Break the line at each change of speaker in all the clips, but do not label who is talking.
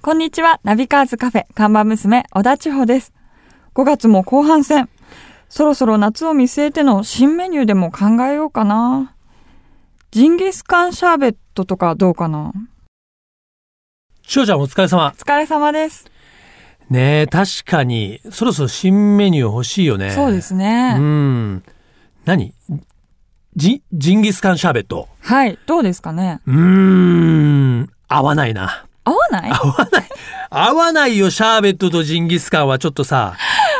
こんにちは、ナビカーズカフェ、看板娘、小田千穂です。5月も後半戦。そろそろ夏を見据えての新メニューでも考えようかな。ジンギスカンシャーベットとかどうかな。
しおちゃんお疲れ様
お。疲れ様です。
ねえ、確かに、そろそろ新メニュー欲しいよね。
そうです
う
ね。
ん。何ジ、ジンギスカンシャーベット。
はい、どうですかね。
うーん。合わないな。
合わない
合わない。合わないよ、シャーベットとジンギスカンはちょっ とさ、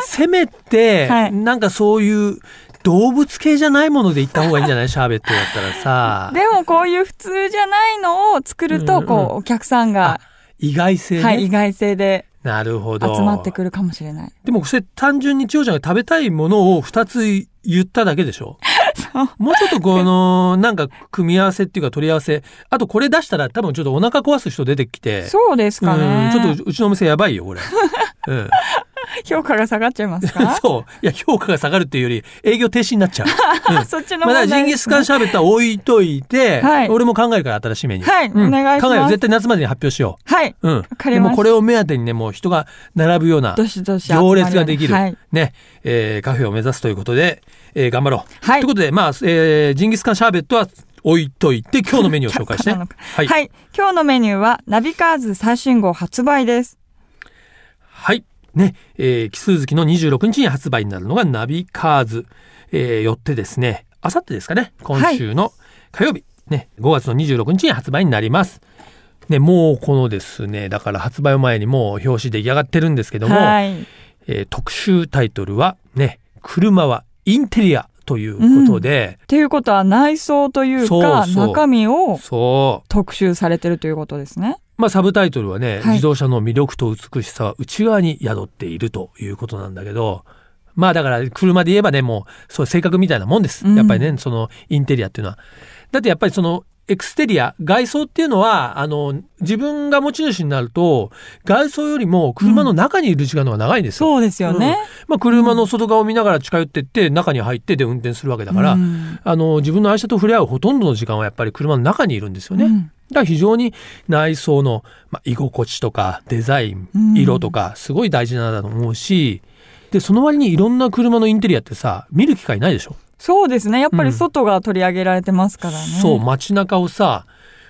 せめて、
はい
なんかそういう動物系じゃないもので行った方がいいんじゃないシャーベットだったらさ。
でもこういう普通じゃないのを作る
うん
と、
うん
こう、お客さんが、
意外性ね。
はい、意外性で
なるほ
集
ど。
まってくるかもしれない。
でも、それ単純に千代ちゃんが食べたいものを2つ言っただけでしょ
そう
もうちょっとこの、なんか組み合わせっていうか取り合わせ。あとこれ出したら多分ちょっとお腹壊す人出てきて。
そうですかね。
うん。ちょっとうちのお店やばいよ、これ。うん。
評価が下がっちゃいますか
そう。いや、評価が下がるっていうより、営業停止になっ ちゃう。うん。
そっちの
まあ、だから
問題ですね、
ジンギスカンシャーベットは置いといて、
はい
俺も考えるから、新しいメニュー。
はい
うん
お願いします
考える。絶対夏までに発表しよ
はい。
う。うん。
かり
で
ました
もこれを目当てにね、もう人が並ぶような
どしどし集まり
行列ができる、
はい。
ね、えーカフェを目指すということで、えー頑張ろう。
はい
ということで、まあ、えージンギスカンシャーベットは置い といて、今日のメニューを紹介して。
却下なのか
は。
はいい、
はい。
今日のメニューは、ナビカーズ最新号発売です。
ね、えー、奇数月の26日に発売になるのがナビカーズ。えーよってですね、あさってですかね、今週の火曜日、ね、5月の26日に発売になります。ね、もうこのですね、だから発売前にもう表紙出来上がってるんですけども、
はい。
えー特集タイトルはね、車はインテリアということで、
ということは、内装というか、
そうそう
中身を
そう。
特集されてるということですね。
まあ、サブタイトルはね、
はい
自動車の魅力と美しさは内側に宿っているということなんだけど、まあだから車で言えばね、もうそう性格みたいなもんです。
うん
やっぱりね、そのインテリアっていうのは。だってやっぱりそのエクステリア、外装っていうのは、あの、自分が持ち主になると、外装よりも車の中にいる時間の方が長いんですよ。
そうですよね。
まあ車の外側を見ながら近寄ってって、中に入ってで運転するわけだから、
うん
あの、自分の愛車と触れ合うほとんどの時間はやっぱり車の中にいるんですよね。
う
だ
ん
から非常に内装の、まあ、居心地とかデザイン
うん、
色とか、すごい大事なんだと思うし、で、その割にいろんな車のインテリアってさ、見る機会ないでしょ。
そうですね。やっぱ
うん
り外が取り上げられてますからね。
そう、街中をさ、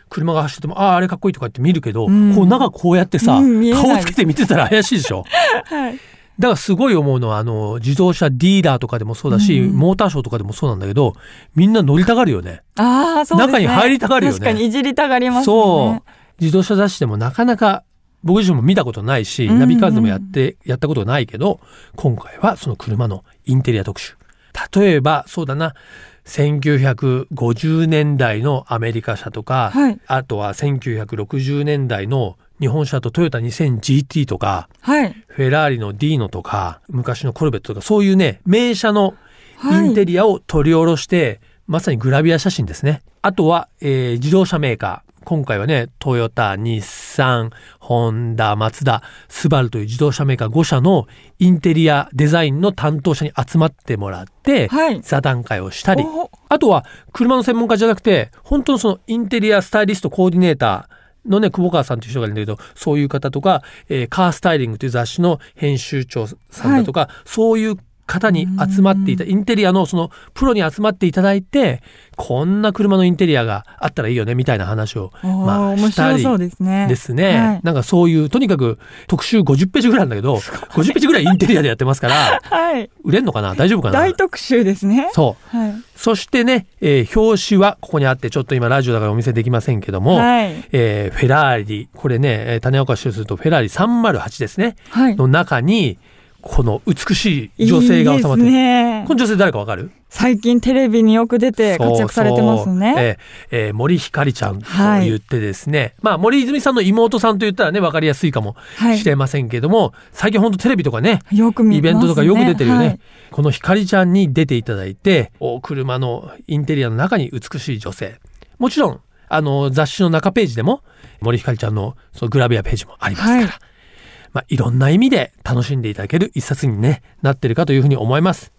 車が走ってても、ああ、あれかっこいいとかって見るけど、
うん
こう中こうやってさ、
うん見えない
顔つけて見てたら怪しいでしょ。
はい。
だからすごい思うのは、あの、自動車ディーラーとかでもそうだし、
うん
モーターショーとかでもそうなんだけど、みんな乗りたがるよね。
ああ、そうですね。
中に入りたがるよね
確かにいじりたがります
そ
ね
う。。自動車雑誌でもなかなか僕自身も見たことないし、
うんうん
ナビカーズもやって、やったことないけど、今回はその車のインテリア特集。例えば、そうだな、1950年代のアメリカ車とか、
はい
あとは1960年代の日本車とトヨタ 2000GT とか、
はい。
フェラーリのディーノとか、昔のコルベットとか、そういうね、名車の
はい
インテリアを取り下ろして、まさにグラビア写真ですね。あとは、えー自動車メーカー。今回はね、トヨタ、日産、ホンダ、マツダ、スバルという自動車メーカー5社のインテリアデザインの担当者に集まってもらって、
はい
座談会をしたり、
お
あとは車の専門家じゃなくて、本当のそのインテリアスタイリストコーディネーターのね、久保川さんという人がいるんだけど、そういう方とか、えーカースタイリングという雑誌の編集長さんだとか、そういう方に集まっていた、インテリアのそのプロに集まっていただいて、こんな車のインテリアがあったらいいよね、みたいな話を、ま
お
あ、
ー面
した
白
り
そうですね。
ですね、
はい
なんかそういう、とにかく特集50ページぐらいなんだけど、50ページぐらいインテリアでやってますから、
はい。
売れんのかな大丈夫かな
大特集ですね。
そう。
はい。
そしてね、えー表紙はここにあって、ちょっと今ラジオだからお見せできませんけども、
はい。
えーフェラーリ、これね、えー種明かしをするとフェラーリ308ですね、
はい。
の中に、この美しい女性が収まって
い
る。
いですね
こ。の女性誰かわかる
最近テレビによく出て活躍されてます
そうそう
ね。
えーえー森ひかりちゃんと
はい
言ってですね、まあ森泉さんの妹さんと言ったらね、わかりやすいかも
は
しれませんけども、最近ほんとテレビとかね、
い。よく見ますね。
イベントとかよく出てるよね。
はい
このひかりちゃんに出ていただいて、お車のインテリアの中に美しい女性。もちろん、あの、雑誌の中ページでも、森ひかりちゃんのそのグラビアページもありますから、
はい
い、まあ、いろんな意味で楽しんでいただける一冊に、ね、なってるかというふうに思います。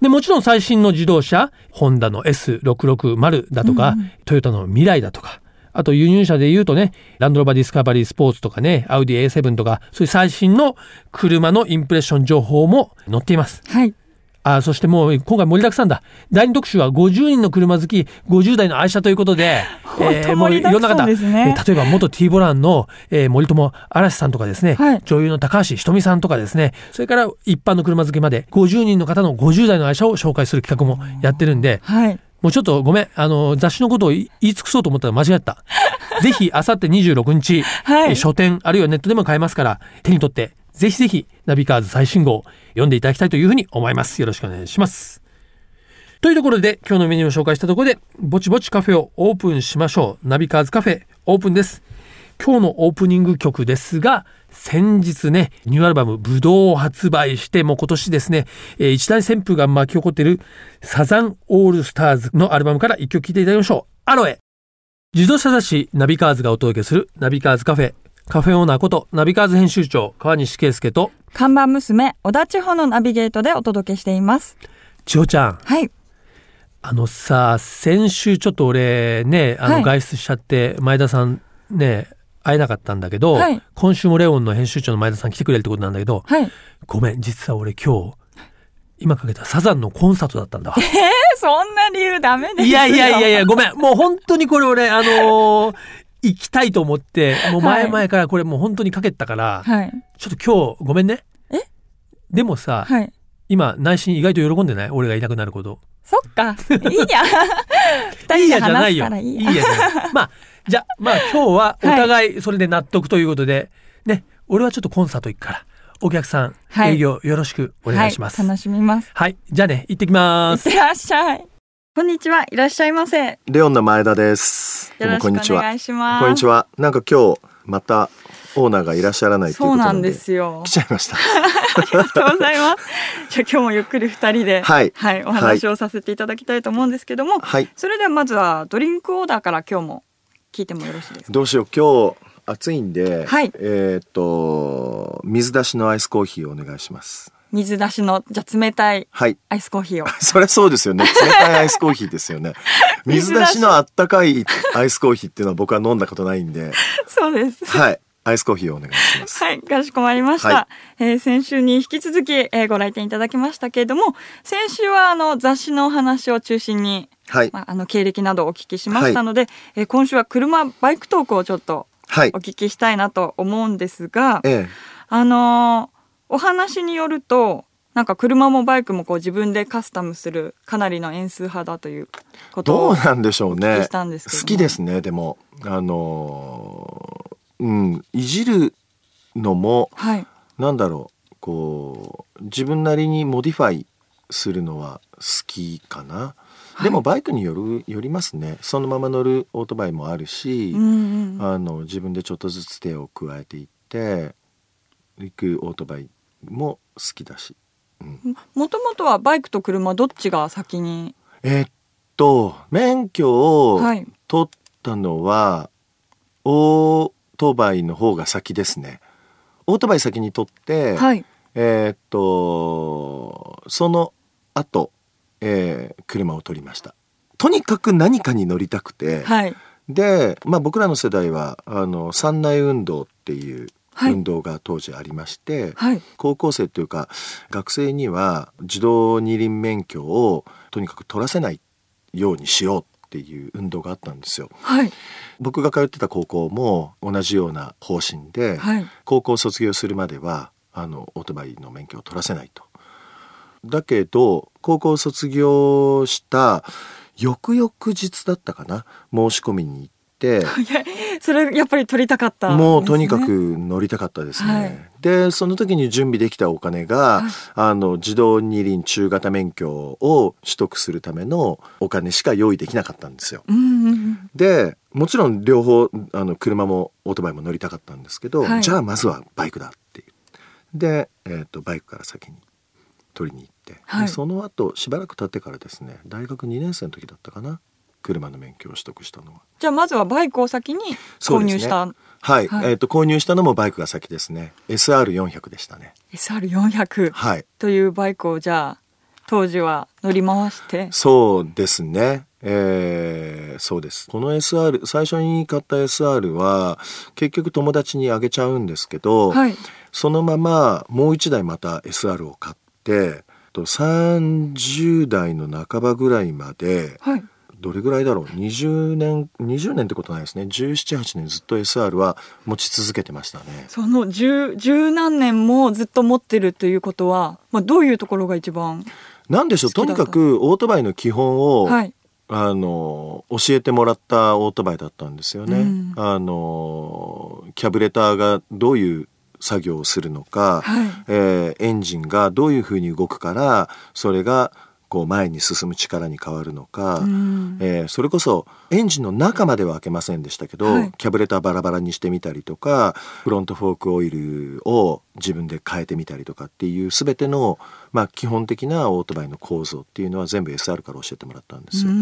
で、もちろん最新の自動車、ホンダの S660 だとか、トヨタの未来だとか、あと輸入車で言うとね、ランドローバーディスカバリースポーツとかね、アウディ A7 とか、そういう最新の車のインプレッション情報も載っています。
はい。
あそしてもう今回盛りだくさんだ。第2特集は50人の車好き、50代の愛車ということで、
本当盛りだくさんですね
もういろんな方、えー例えば元 T ボランの、えー森友嵐さんとかですね、
はい
女優の高橋ひとみさんとかですね、それから一般の車好きまで50人の方の50代の愛車を紹介する企画もやってるんで、
はい。
もうちょっとごめん、あの、雑誌のことを言い言い尽くそうと思ったら間違 った。ぜひ、あさって26日、
はい
えー書店、あるいはネットでも買えますから、手に取って、ぜひぜひ、ナビカーズ最新号を読んでいただきたいというふうに思います。よろしくお願いします。というところで、今日のメニューを紹介したところで、ぼちぼちカフェをオープンしましょう。ナビカーズカフェ、オープンです。今日のオープニング曲ですが、先日ね、ニューアルバム、ブドウを発売して、もう今年ですね、えー一大旋風が巻き起こっているサザンオールスターズのアルバムから一曲聴いていただきましょう。アロエ自動車雑誌ナビカーズがお届けするナビカーズカフェ。カフェオーナーことナビカーズ編集長川西圭介と
看板娘、小田地方のナビゲートでお届けしています。
千穂ちゃん。
はい。
あのさ、先週ちょっと俺ね、あ
は
の
い
外出しちゃって前田さんね、会えなかったんだけど、
はい
今週もレオンの編集長の前田さん来てくれるってことなんだけど、
はい。
ごめん、実は俺今日、今かけたサザンのコンサートだっ たんだわ。
え、そんな理由ダメですよ。
いやいやいやいや、 ごめん。もう本当にこれ俺、あのー行きたいと思って、もう前々からこれもう本当にかけてたから、
はい。
ちょっと今日ごめんね。
え
でもさ、
はい。
今内心意外と喜んでない俺がいなくなること。
そっか。いい や。二
い
人で
いやじゃな
話
い
す
よ
か。らいいや。
いやじゃない。まあ、じゃあ、まあ今日はお互いそれで納得ということで、ね、俺はちょっとコンサート行くから、お客さん、
はい
営業よろしくお願いします。
はい、
はい、
楽しみます。
じゃあね、行ってき
い
ま
っ
す。
てらっしゃい。こんにちは。いらっしゃいませ。
レオンの前田です。
よろし
どうもこんにち
くお
は。
願いします。
こんにち
は。
は。なんか今日またオーナーがいらっしゃらないという
そ
こ
う
と
な
なんんで
ですよ
来。ちゃいました。
ありがとうございます。じゃあ今日もゆっくり二人で、
はい
お話をさせていただきたいと思うんですけども、
はい。
それではまずはドリンクオーダーから今日も聞いてもよろしいですか。
どうしよう今日暑いんで、
はい
えーっと水出しのアイスコーヒーをお願いします。
水出しのじゃあ冷たい
はい。
アイスコーヒーを。
そりゃそうですよね。冷たいアイスコーヒーですよね。
水
水
出し
出しのあったかいアイスコーヒーっていうのは僕は飲んだことない んで、
そうです。
はい。アイスコーヒーをお願いします。
はい、かしこまりました。
は
えー先週に引き続き、えーご来店いただきましたけれども、先週はあの雑誌のお話を中心に、
はい。
まあ、あの経歴などをお聞きしましたので、えー今週は車バイクトークをちょっと
はい
お。聞きしたいなと思うんですが、
ええ。
あのーお話によると、なんか車もバイクもこう自分でカスタムするかなりの円数派だということ
ど
を
うなんでしょう
お聞き
ね
したんですけども
好きですねでもあのーうんいじるのも
はい
なんだろうこう自分なりにモディファイするのは好きかな、
はい
でもバイクによるよりますねそのまま乗るオートバイもあるし、
うんうん
あの自分でちょっとずつ手を加えていって行くオートバイも好きだし、うん、
もともとはバイクと車どっちが先に、
えっと免許を、
はい、
取ったのはオートバイの方が先ですねオートバイ先に取って、
はい、
えーっとその後、えー車を取りましたとにかく何かに乗りたくて、
はい、
で、まあ、僕らの世代はあの三内運動っていう
はい
運動が当時ありまして、
はい、
高校生というか学生には自動二輪免許をとにかく取らせないようにしようっていう運動があったんですよ。
はい、
僕が通ってた高校も同じような方針で、
はい。
高校卒業するまではあのオートバイの免許を取らせないと。だけど高校卒業した翌々日だったかな申し込みに行って
いやそれやっぱり取りたかった、
もうとにか。く乗りたかったですね。
はい
でその時に準備できたお金
は
が、
い
あの自動二輪中型免許を取得するためのお金しか用意できなかったんですよ。
うんうんうん、
でもちろん両方あの車もオートバイも乗りたかったんですけど、
はい
じゃあまずはバイクだっていうで、えー、とバイクから先に取りに行って、で
はい
その後しばらく経ってからですね大学2年生の時だったかな車の免許を取得したのは
じゃあまずはバイクを先に購入した、
はい、
はい
えー、と購入したのもバイクが先ですね SR400 でしたね
SR400
はい
というバイクをじゃあ当時は乗り回して、
そうですねえーそうですこの SR 最初に買った SR は結局友達にあげちゃうんですけど、
はい。
そのままもう一台また SR を買ってと30代の半ばぐらいまで
はい。
どれぐらいだろう20年20年ってことないですね1718年ずっと SR は持ち続けてましたね。
その十、十何年もずっと持ってるということは、まあどういうところが一番。
なんでしょう
好
と
きだ
に
った
かくオートバイの基本を、
はい。
あの教えてもらったオートバイだったんですよね。
うん
あのキャブレターがどういう作業をするのか、
はい。
えーエンジンがどういうふうに動くからそれがこう前に進む力に変わるのか、
うん
えーそれこそエンジンの中までは開けませんでしたけど、
はい
キャブレターバラバラにしてみたりとかフロントフォークオイルを自分で変えてみたりとかっていう全ての、まあ、基本的なオートバイの構造っていうのは全部 SR から教えてもらったんですよ。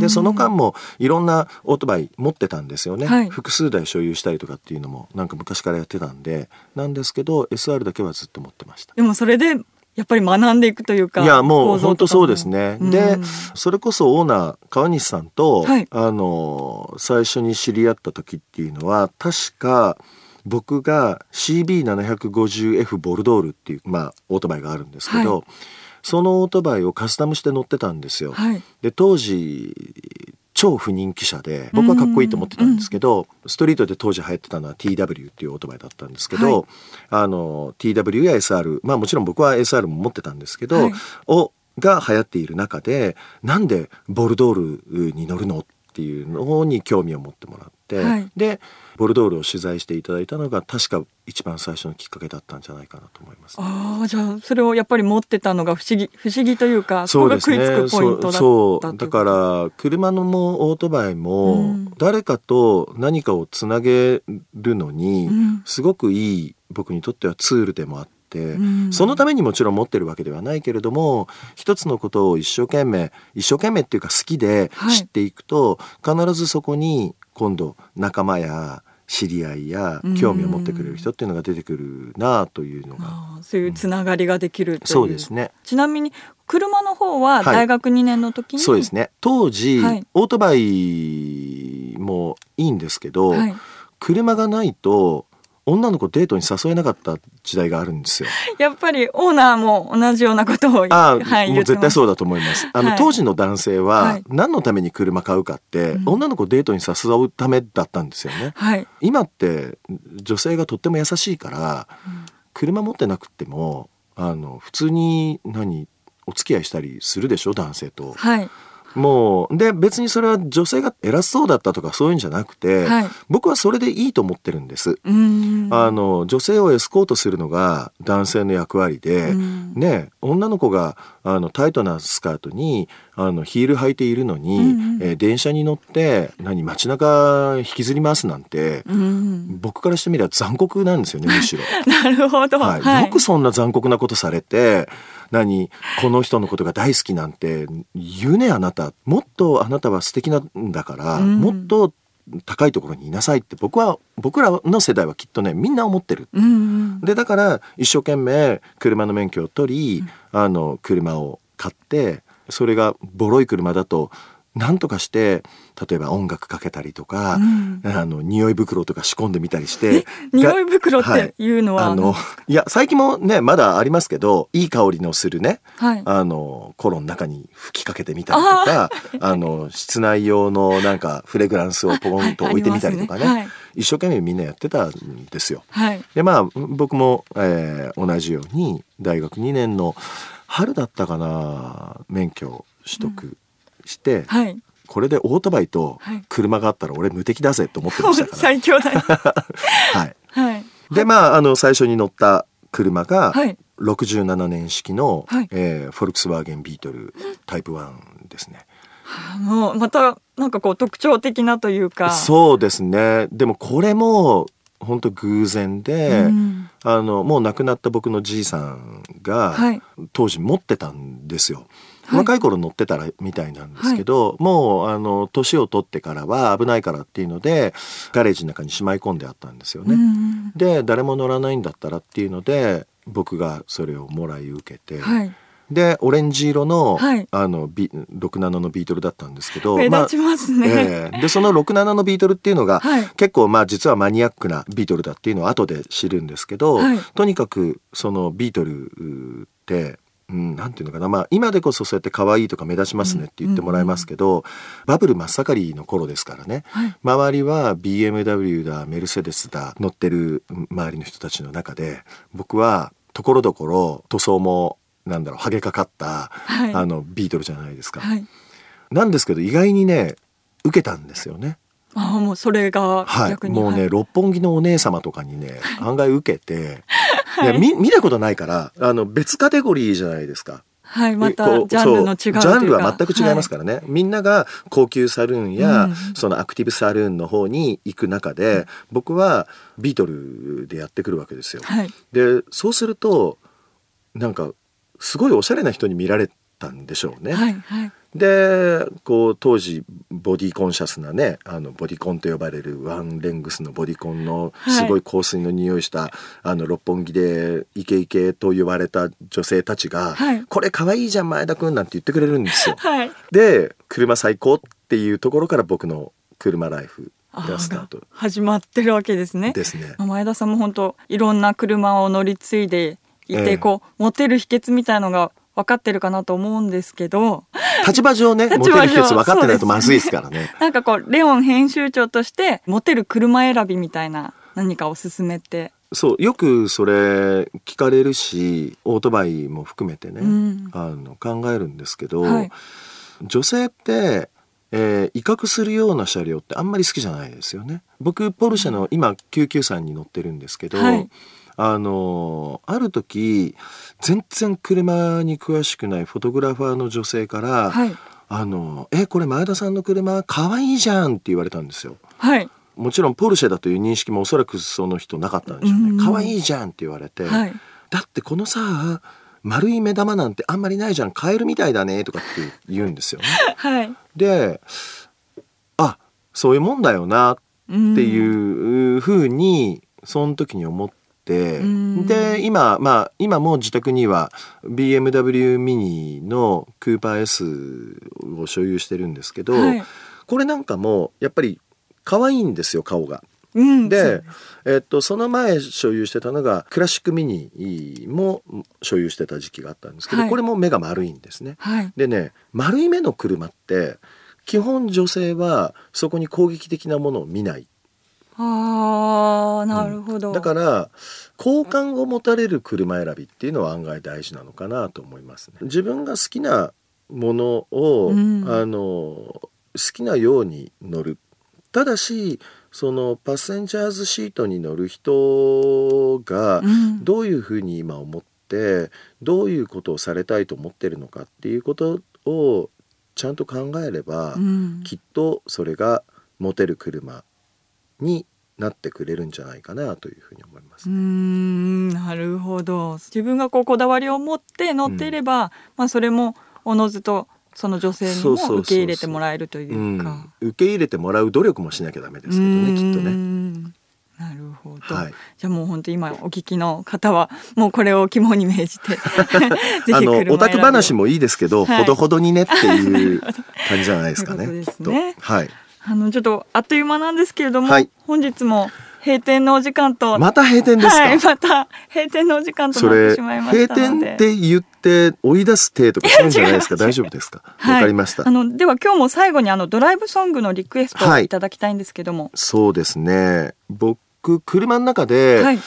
でその間もいろんなオートバイ持ってたんですよね、
はい
複数台所有したりとかっていうのもなんか昔からやってたんでなんですけど SR だけはずっと持ってました。
でもそれでやっぱり学んでいくというか
いやもう
構造
本
と
当
かも
そうですね。で
うん
それこそオーナー川西さんと、
はい
あの最初に知り合った時っていうのは確か僕が CB750F ボルドールっていう、まあ、オートバイがあるんですけど、そのオートバイをカスタムして乗ってたんですよ。
はい
で当時超不人気車で僕はかっこいいと思ってたんですけど、ストリートで当時流行ってたのは TW っていうオートバイだったんですけど、
は
あの TW や SR まあもちろん僕は SR も持ってたんですけど、
はい
をが流行っている中でなんでボルドールに乗るのっていうのに興味を持ってもらって、
はい
でボルドールを取材していただいたのが確か一番最初のきっかけだったんじゃないかなと思います。
ああじゃあそれをやっぱり持ってたのが不思議不思議というかそ
そ
こ
う
が
です
食い
ね。
つくポイントだった
そ
と
うそ
いうう
だから車のもオートバイ
う
も
ん
誰かと何かをつなげるのに
うん
すごくいい僕にとってはツールでもあって
うん
そのためにもちろん持ってるわけではないけれども一つのことを一生懸命一生懸命っていうか好きで
はい
知っていくと必ずそこに今度仲間や知り合いや興味を持ってくれる人っていうのが出てくるなあというのが
あーそういうつながりができるという
そうですね。
ちなみに車の方は
はい
大学2年の時に、
そうですね当時、
はい
オートバイもいいんですけど、
はい、
車がないと女の子デートに誘えなかった時代があるんですよ。
やっぱりオーナーも同じようなことを
ああ、
はい、
もう絶対
う
そうだと思います。あの、
はい
当時の男性
は
はい何のために車買うかって、
うん
女の子デートに誘うためだったんですよね。
はい、
今って女性がとっても優しいから
うん
車持ってなくてもあの普通に何お付き合いしたりするでしょ男性と。
はい
もうで別にそれは女性が偉そうだったとかそういうんじゃなくて、
はい
僕はそれでいいと思ってるんです。
うん
あの女性をエスコートするのが男性の役割で、
うん
ね女の子があのタイトなスカートにあのヒール履いているのに、
うんうん
えー電車に乗って何街中引きずり回すなんて、
うん
僕からしてみれば残酷なんですよねむしろ。
なるほど。
はいよくそんな残酷なことされて何この人のことが大好きなんて言うねあなたもっとあなたは素敵なんだから、
うん
もっと高いところにいなさいって僕は僕らの世代はきっとねみんな思ってる。
うんうん
でだから一生懸命車の免許を取り、あの車を買ってそれがボロい車だとなんとかして例えば音楽かけたりとか、
うん
あの匂い袋とか仕込んでみたりしてが
匂い袋っていうのは、
あの、いや、最近もね、まだありますけど、いい香りのするね、
はい。
あの、コロンの中に吹きかけてみたりとか、あの、室内用のなんかフレグランスをポコンと置いてみたりとかね、
はいありますね
一生懸命みんなやってたんですよ。
はい。
で、まあ、僕も、えー同じように、大学2年の春だったかな、免許取得して、
はい。
これでオートバイと
はい
車があったら俺無敵だぜと思って
も
ま
う
し たから。
最強だよ。
はい。
はい。
で、まあ、あの、最初に乗った車が、
はい。
67年式の、
はい
えーフォルクスワーゲンビートルタイプ1ですね。
あの、また、なんかこう特徴的なというか。
そうですね。でもこれも本当偶然で、
うん
あのもう亡くなった僕のじいさんが、
はい。
当時持ってたんですよ。
はい
若い頃乗ってたらみたいなんですけど、もうあの年を取ってからは危ないからっていうのでガレージの中にしまい込んであったんですよね。
うん
で誰も乗らないんだったらっていうので僕がそれをもらい受けて、
はい。
でオレンジ色の,、
はい
あのビ6ナノのビートルだったんですけど
目
まあ
立ちますね。
ええでその6ナノのビートルっていうのが、
はい
結構まあ実はマニアックなビートルだっていうのを後で知るんですけど、
はい
とにかくそのビートルうーって、うん、なんていうのかな、まあ、今でこそそうやって可愛いとか目立ちますねって言ってもらえますけど、バブル真っ盛りの頃ですからね、
はい
周りは BMW だメルセデスだ乗ってる周りの人たちの中で僕はところどころ塗装もなんだろうハゲかかった、
はい
あのビートルじゃないですか。
はい。
なんですけど意外にね受けたんですよね。
ああもうそれが
はい、
逆に、
もうね、
はい
六本木のお姉様とかにね案外受 けて、いや見見たことないからあの別カテゴリーじゃないですか。
はいまた
こう
ジャンルの違う
そ
といううか
ジャンルは全く違いますからね、みんなが高級サルーンや、
うん
そのアクティブサルーンの方に行く中で僕はビートルでやってくるわけですよ。
はい、はい
でそうするとなんかすごいおしゃれな人に見られたんでしょうね。
はいはい
でこう当時ボディコンシャスなねあのボディコンと呼ばれるワンレングスのボディコンの
はい
すごい香水の匂いした、あの六本木でイケイケと言われた女性たちが「
はい
これ可愛いじゃん前田君」なんて言ってくれる んですよ。
はい
で車最高っていうところから僕の車ライフ
あ
がスタート
始まってるわけですね。
ですね。
前田さんも本当いろんな車を乗り継いでいて、
ええ
こうモテる秘訣みたいのが分かってるかなと思うんですけど
立場上ねモ
立
テ
場上
る秘訣分かってないとまずいですからね。
なんかこうレオン編集長としてモテる車選びみたいな何かおすすめって、
そうよくそれ聞かれるしオートバイも含めてね、
うん
あの考えるんですけど、
はい
女性って、えー威嚇するような車両ってあんまり好きじゃないですよね。僕ポルシェの今993に乗ってるんですけど、
はい
あのーある時全然車に詳しくないフォトグラファーの女性から「
はい
あのーえこれ前田さんの車可愛いじゃん」って言われたんですよ。
はい
もちろんポルシェだという認識もおそらくその人なかったんでしょう
うん
ね。可愛いじゃんって言われて、
はい
だってこのさ丸い目玉なんてあんまりないじゃんカエルみたいだねとかって言うんですよね。
はい
であそういうもんだよなっ
うん
ていうふうにその時に思って、
うん
で今まあ今も自宅には BMW ミニのクーパー S を所有してるんですけど、
はい
これなんかもやっぱり可愛いんですよ顔が。
うん
で、えっと、その前所有してたのがクラシックミニも所有してた時期があったんですけど、
はい
これも目が丸いんですね。
はい
でね丸い目の車って基本女性はそこに攻撃的なものを見ない
ああなるほど、
だから好感を持たれる車選びっていうのは案外大事なのかなと思いますね。自分が好きなものを、
うん
あの好きなように乗るただしそのパッセンジャーズシートに乗る人が
うん
どういうふうに今思ってどういうことをされたいと思ってるのかっていうことをちゃんと考えれば、
うん
きっとそれがモテる車になってくれるんじゃないかなというふうに思いま
う
す。
ーんなるほど自分がこうこだわりを持って乗っていれば、まあ、それもおのずとその女性に
そうそうそうそ
も
う
受け入れてもらえるといううんか。、
受け入れてもらう努力もしなきゃダメですけどね、きっと
うー
ね。
んなるほど、
はい
じゃあもう本当今お聞きの方はもうこれを肝に銘 じて ぜひ
あの
車選びを
オタク話もいいですけど、
はい
ほどほどにねって いう感じじゃないですかね。
ということです
き
ね
っとはい。
あのちょっとあっという間なんですけれども、
はい
本日も閉店のお時間と、
また閉店ですか。
はいまた閉店のお時間と
そ
なっ
れ
てしまいま
閉
したので
店って言って追い出す手とかそういうんじゃないです か
違う違う
大丈夫ですかわ、
はい
かりました
あのでは今日も最後にあのドライブソングのリクエストを
はい
いただきたいんですけども、
そうですね僕車の中
は
で
い、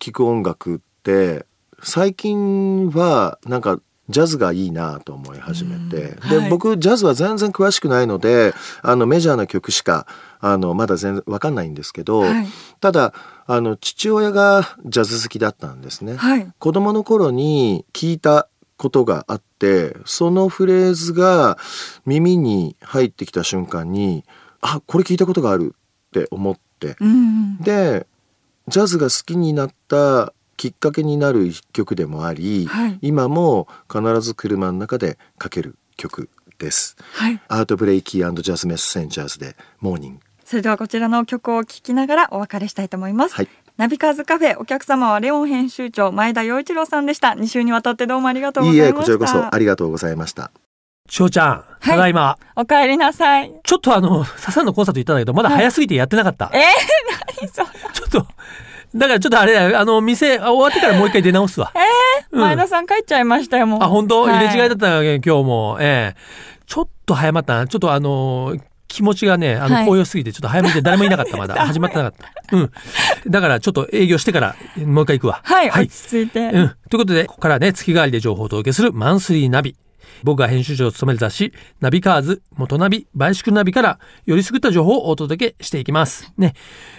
聴く音楽って最近はなんかジャズがいいなと思い始めて、
うん
で、
はい
僕ジャズは全然詳しくないのであのメジャーな曲しかあのまだ全然わかんないんですけど、
はい
ただあの父親がジャズ好きだったんですね。
はい、
子供の頃に聞いたことがあってそのフレーズが耳に入ってきた瞬間にあこれ聞いたことがあるって思って
うん、
でジャズが好きになったきっかけになる一曲でもあり、
はい
今も必ず車の中でかける曲です。
はい、
アートブレイキージャズメッセンジャーズでモーニング。
それではこちらの曲を聴きながらお別れしたいと思います。
はい
ナビカーズカフェお客様はレオン編集長前田洋一郎さんでした2週にわたってどうもありがとうござ
い
いまし
え
た
こちらこそありがとうございました
しょうちゃん、
い
ただいま、
お帰りなさい
ちょっとあの、ササンのコンサート行ったんだけど、まだ早すぎてやってなかった。
えー、何それ
ちょっと、だからちょっとあれだよ、あの、店あ終わってからもう一回出直すわ。うん
前田さん帰っちゃいましたよもう
あ、本当
はい
入れ違いだったわけ、今日も。ええちょっと早まったな。ちょっとあのー気持ちがね、
は
あの、
い
高揚しすぎて、ちょっと早めて誰もいなかった、まだ。始まってなかった。うん。だから、ちょっと営業してから、もう一回行くわ。
はい、
はい
落。ち着いて、
うん。ということで、ここからね、月替わりで情報をお届けするマンスリーナビ。僕が編集長を務める雑誌、ナビカーズ、元ナビ、バイシクルナビから、よりすぐった情報をお届けしていきます。ね。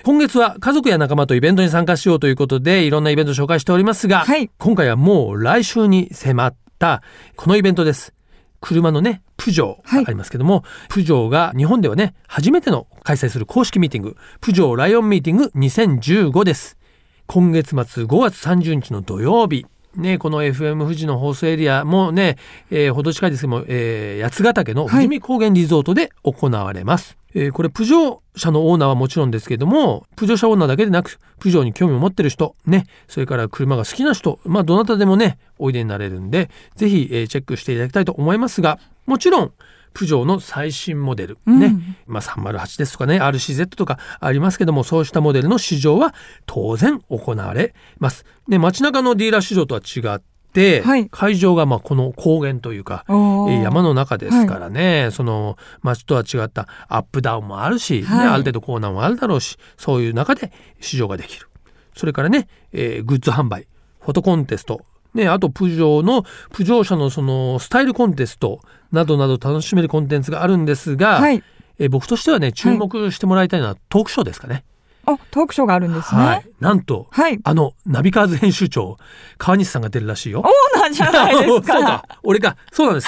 今月は家族や仲間とイベントに参加しようということで、いろんなイベントを紹介しておりますが、
はい
今回はもう来週に迫った、このイベントです。車のね、プジョ
はい
ーありますけども、プジョーが日本ではね、初めての開催する公式ミーティング、プジョーライオンミーティング2015です。今月末5月30日の土曜日、ね、この FM 富士の放送エリアもね、えーほど近いですけども、えー八ヶ岳の富士見高原リゾートで行われます。えーこれ、プジョー社のオーナーはもちろんですけども、プジョー社オーナーだけでなく、プジョーに興味を持ってる人、ね、それから車が好きな人、まあ、どなたでもね、おいでになれるんで、ぜひ、えーチェックしていただきたいと思いますが、もちろん、プジョーの最新モデル、ね、
うん
まあ、308ですとかね RCZ とかありますけどもそうしたモデルの市場は当然行われます。ね、街中のディーラー市場とは違って、
はい
会場がまあこの高原というか、
おー
えー山の中ですからね、その街とは違ったアップダウンもあるし、ね
はい
ある程度コーナーもあるだろうしそういう中で市場ができるそれからね、えーグッズ販売フォトコンテストね、あと、プジョーの、プジョー社のその、スタイルコンテストなどなど楽しめるコンテンツがあるんですが、
はい
えー僕としてはね、注目してもらいたいのはトークショーですかね。
あトークショーがあるんですね
はい。なんと、
はい、
あの、ナビカーズ編集長、川西さんが出るらしいよ。
オーナー じゃないですか
そうか。俺か。そうなんです。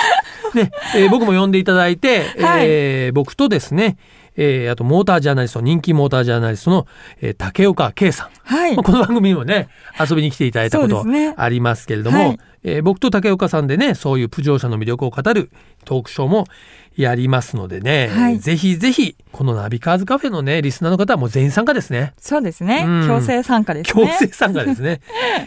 ね、えー僕も呼んでいただいて、
はい
えー僕とですね、えーあとモータージャーナリスト、人気モータージャーナリストの、えー竹岡圭さん。
はい
まあこの番組にもね、遊びに来ていただいたこ
そ
と
うですね
ありますけれども、
はい
えー僕と竹岡さんでね、そういうプジョー社の魅力を語るトークショーもやりますのでね、
はい
ぜひぜひ、このナビカーズカフェのね、リスナーの方はもう全員参加ですね。
そうですね、
うん
強制参加です
強
ね
制参加で すね。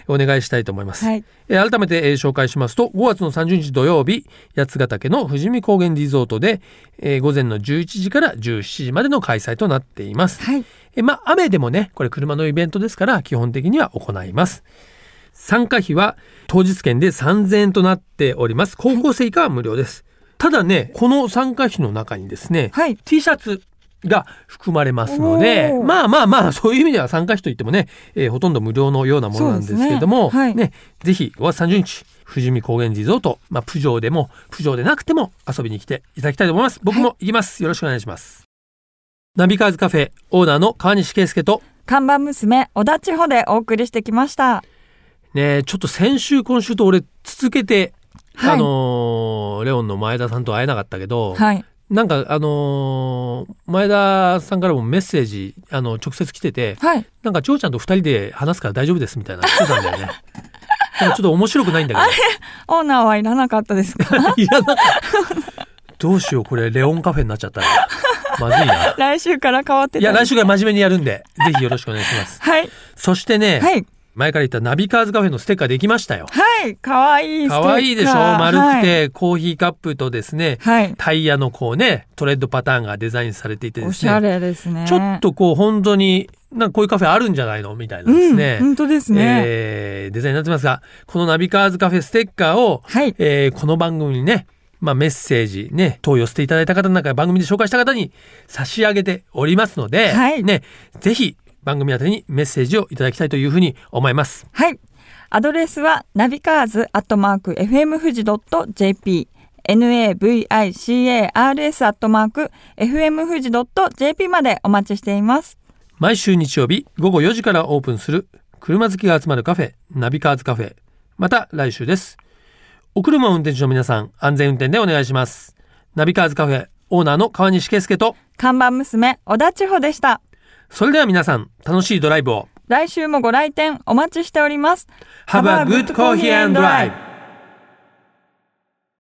お願いしたいと思います。
はい
えー改めて、えー紹介しますと、5月の30日土曜日、八ヶ岳の富士見高原リゾートで、えー午前の11時から17時までの開催となっています。
はい
えーまあ、雨でもね、これ車のイベントですから、基本的には行います。参加費は当日券で3000円となっております。高校生以下は無料です。ただね、この参加費の中にですね、
はい
T シャツが含まれますので
おー、
まあまあまあ、そういう意味では参加費といってもね、えーほとんど無料のようなものなんですけれども、
そうですねはい
ね、ぜひ5月30日、富士見高原リゾート、まあ、プジョーでも、プジョーでなくても遊びに来ていただきたいと思います。僕も行きます。よろしくお願いします。ナビカーズカフェオーナーの川西圭介と、
看板娘小田千穂でお送りしてきました
ね、ちょっと先週今週と俺続けて、
はい
あのーレオンの前田さんと会えなかったけど、
はい
なんかあのー前田さんからもメッセージ、あの、直接来てて、
はい
なんか、ちょうちゃんと二人で話すから大丈夫ですみたいなの来てたんだよね。 なんかちょっと面白くないんだけ
オーナーはいらなかったです か
ど。いや、なんか、どうしよう、これ、レオンカフェになっちゃったら。まずいな。
来週から変わってた
いや、来
週
週から真面目にやるんで、ぜひよろしくお願いします。
はい
そしてね、
はい
前から言ったナビカーズカフェのステッカーできましたよ。
はい可愛いステッカ
か
ー
わいいでしょ丸くて、コーヒーカップとですね、
はい、はい
タイヤのこうね、トレッドパターンがデザインされていてです
お
ね。
しゃれですね
ちょっとこう、本当に、なんかこういうカフェあるんじゃないのみたいなですね。
うん、本当ですね、
えーデザインになってますが、このナビカーズカフェステッカーを、
はい
えーこの番組にね、まあ、メッセージね、投与していただいた方の中で番組で紹介した方に差し上げておりますので、
はい
ね、ぜひ番組宛てにメッセージをいただきたいというふうに思います。
はい。アドレスは、ナビカーズアットマーク FMFUJI.jp、navicars アットマーク FMFUJI.jp までお待ちしています。
毎週日曜日午後4時からオープンする車好きが集まるカフェ、ナビカーズカフェ。また来週です。お車を運転手の皆さん、安全運転でお願いします。ナビカーズカフェ、オーナーの川西圭介と、
看板娘、小田千穂でした。
それでは皆さん、楽しいドライブを。
来週もご来店お待ちしております。
Have a good coffee and drive.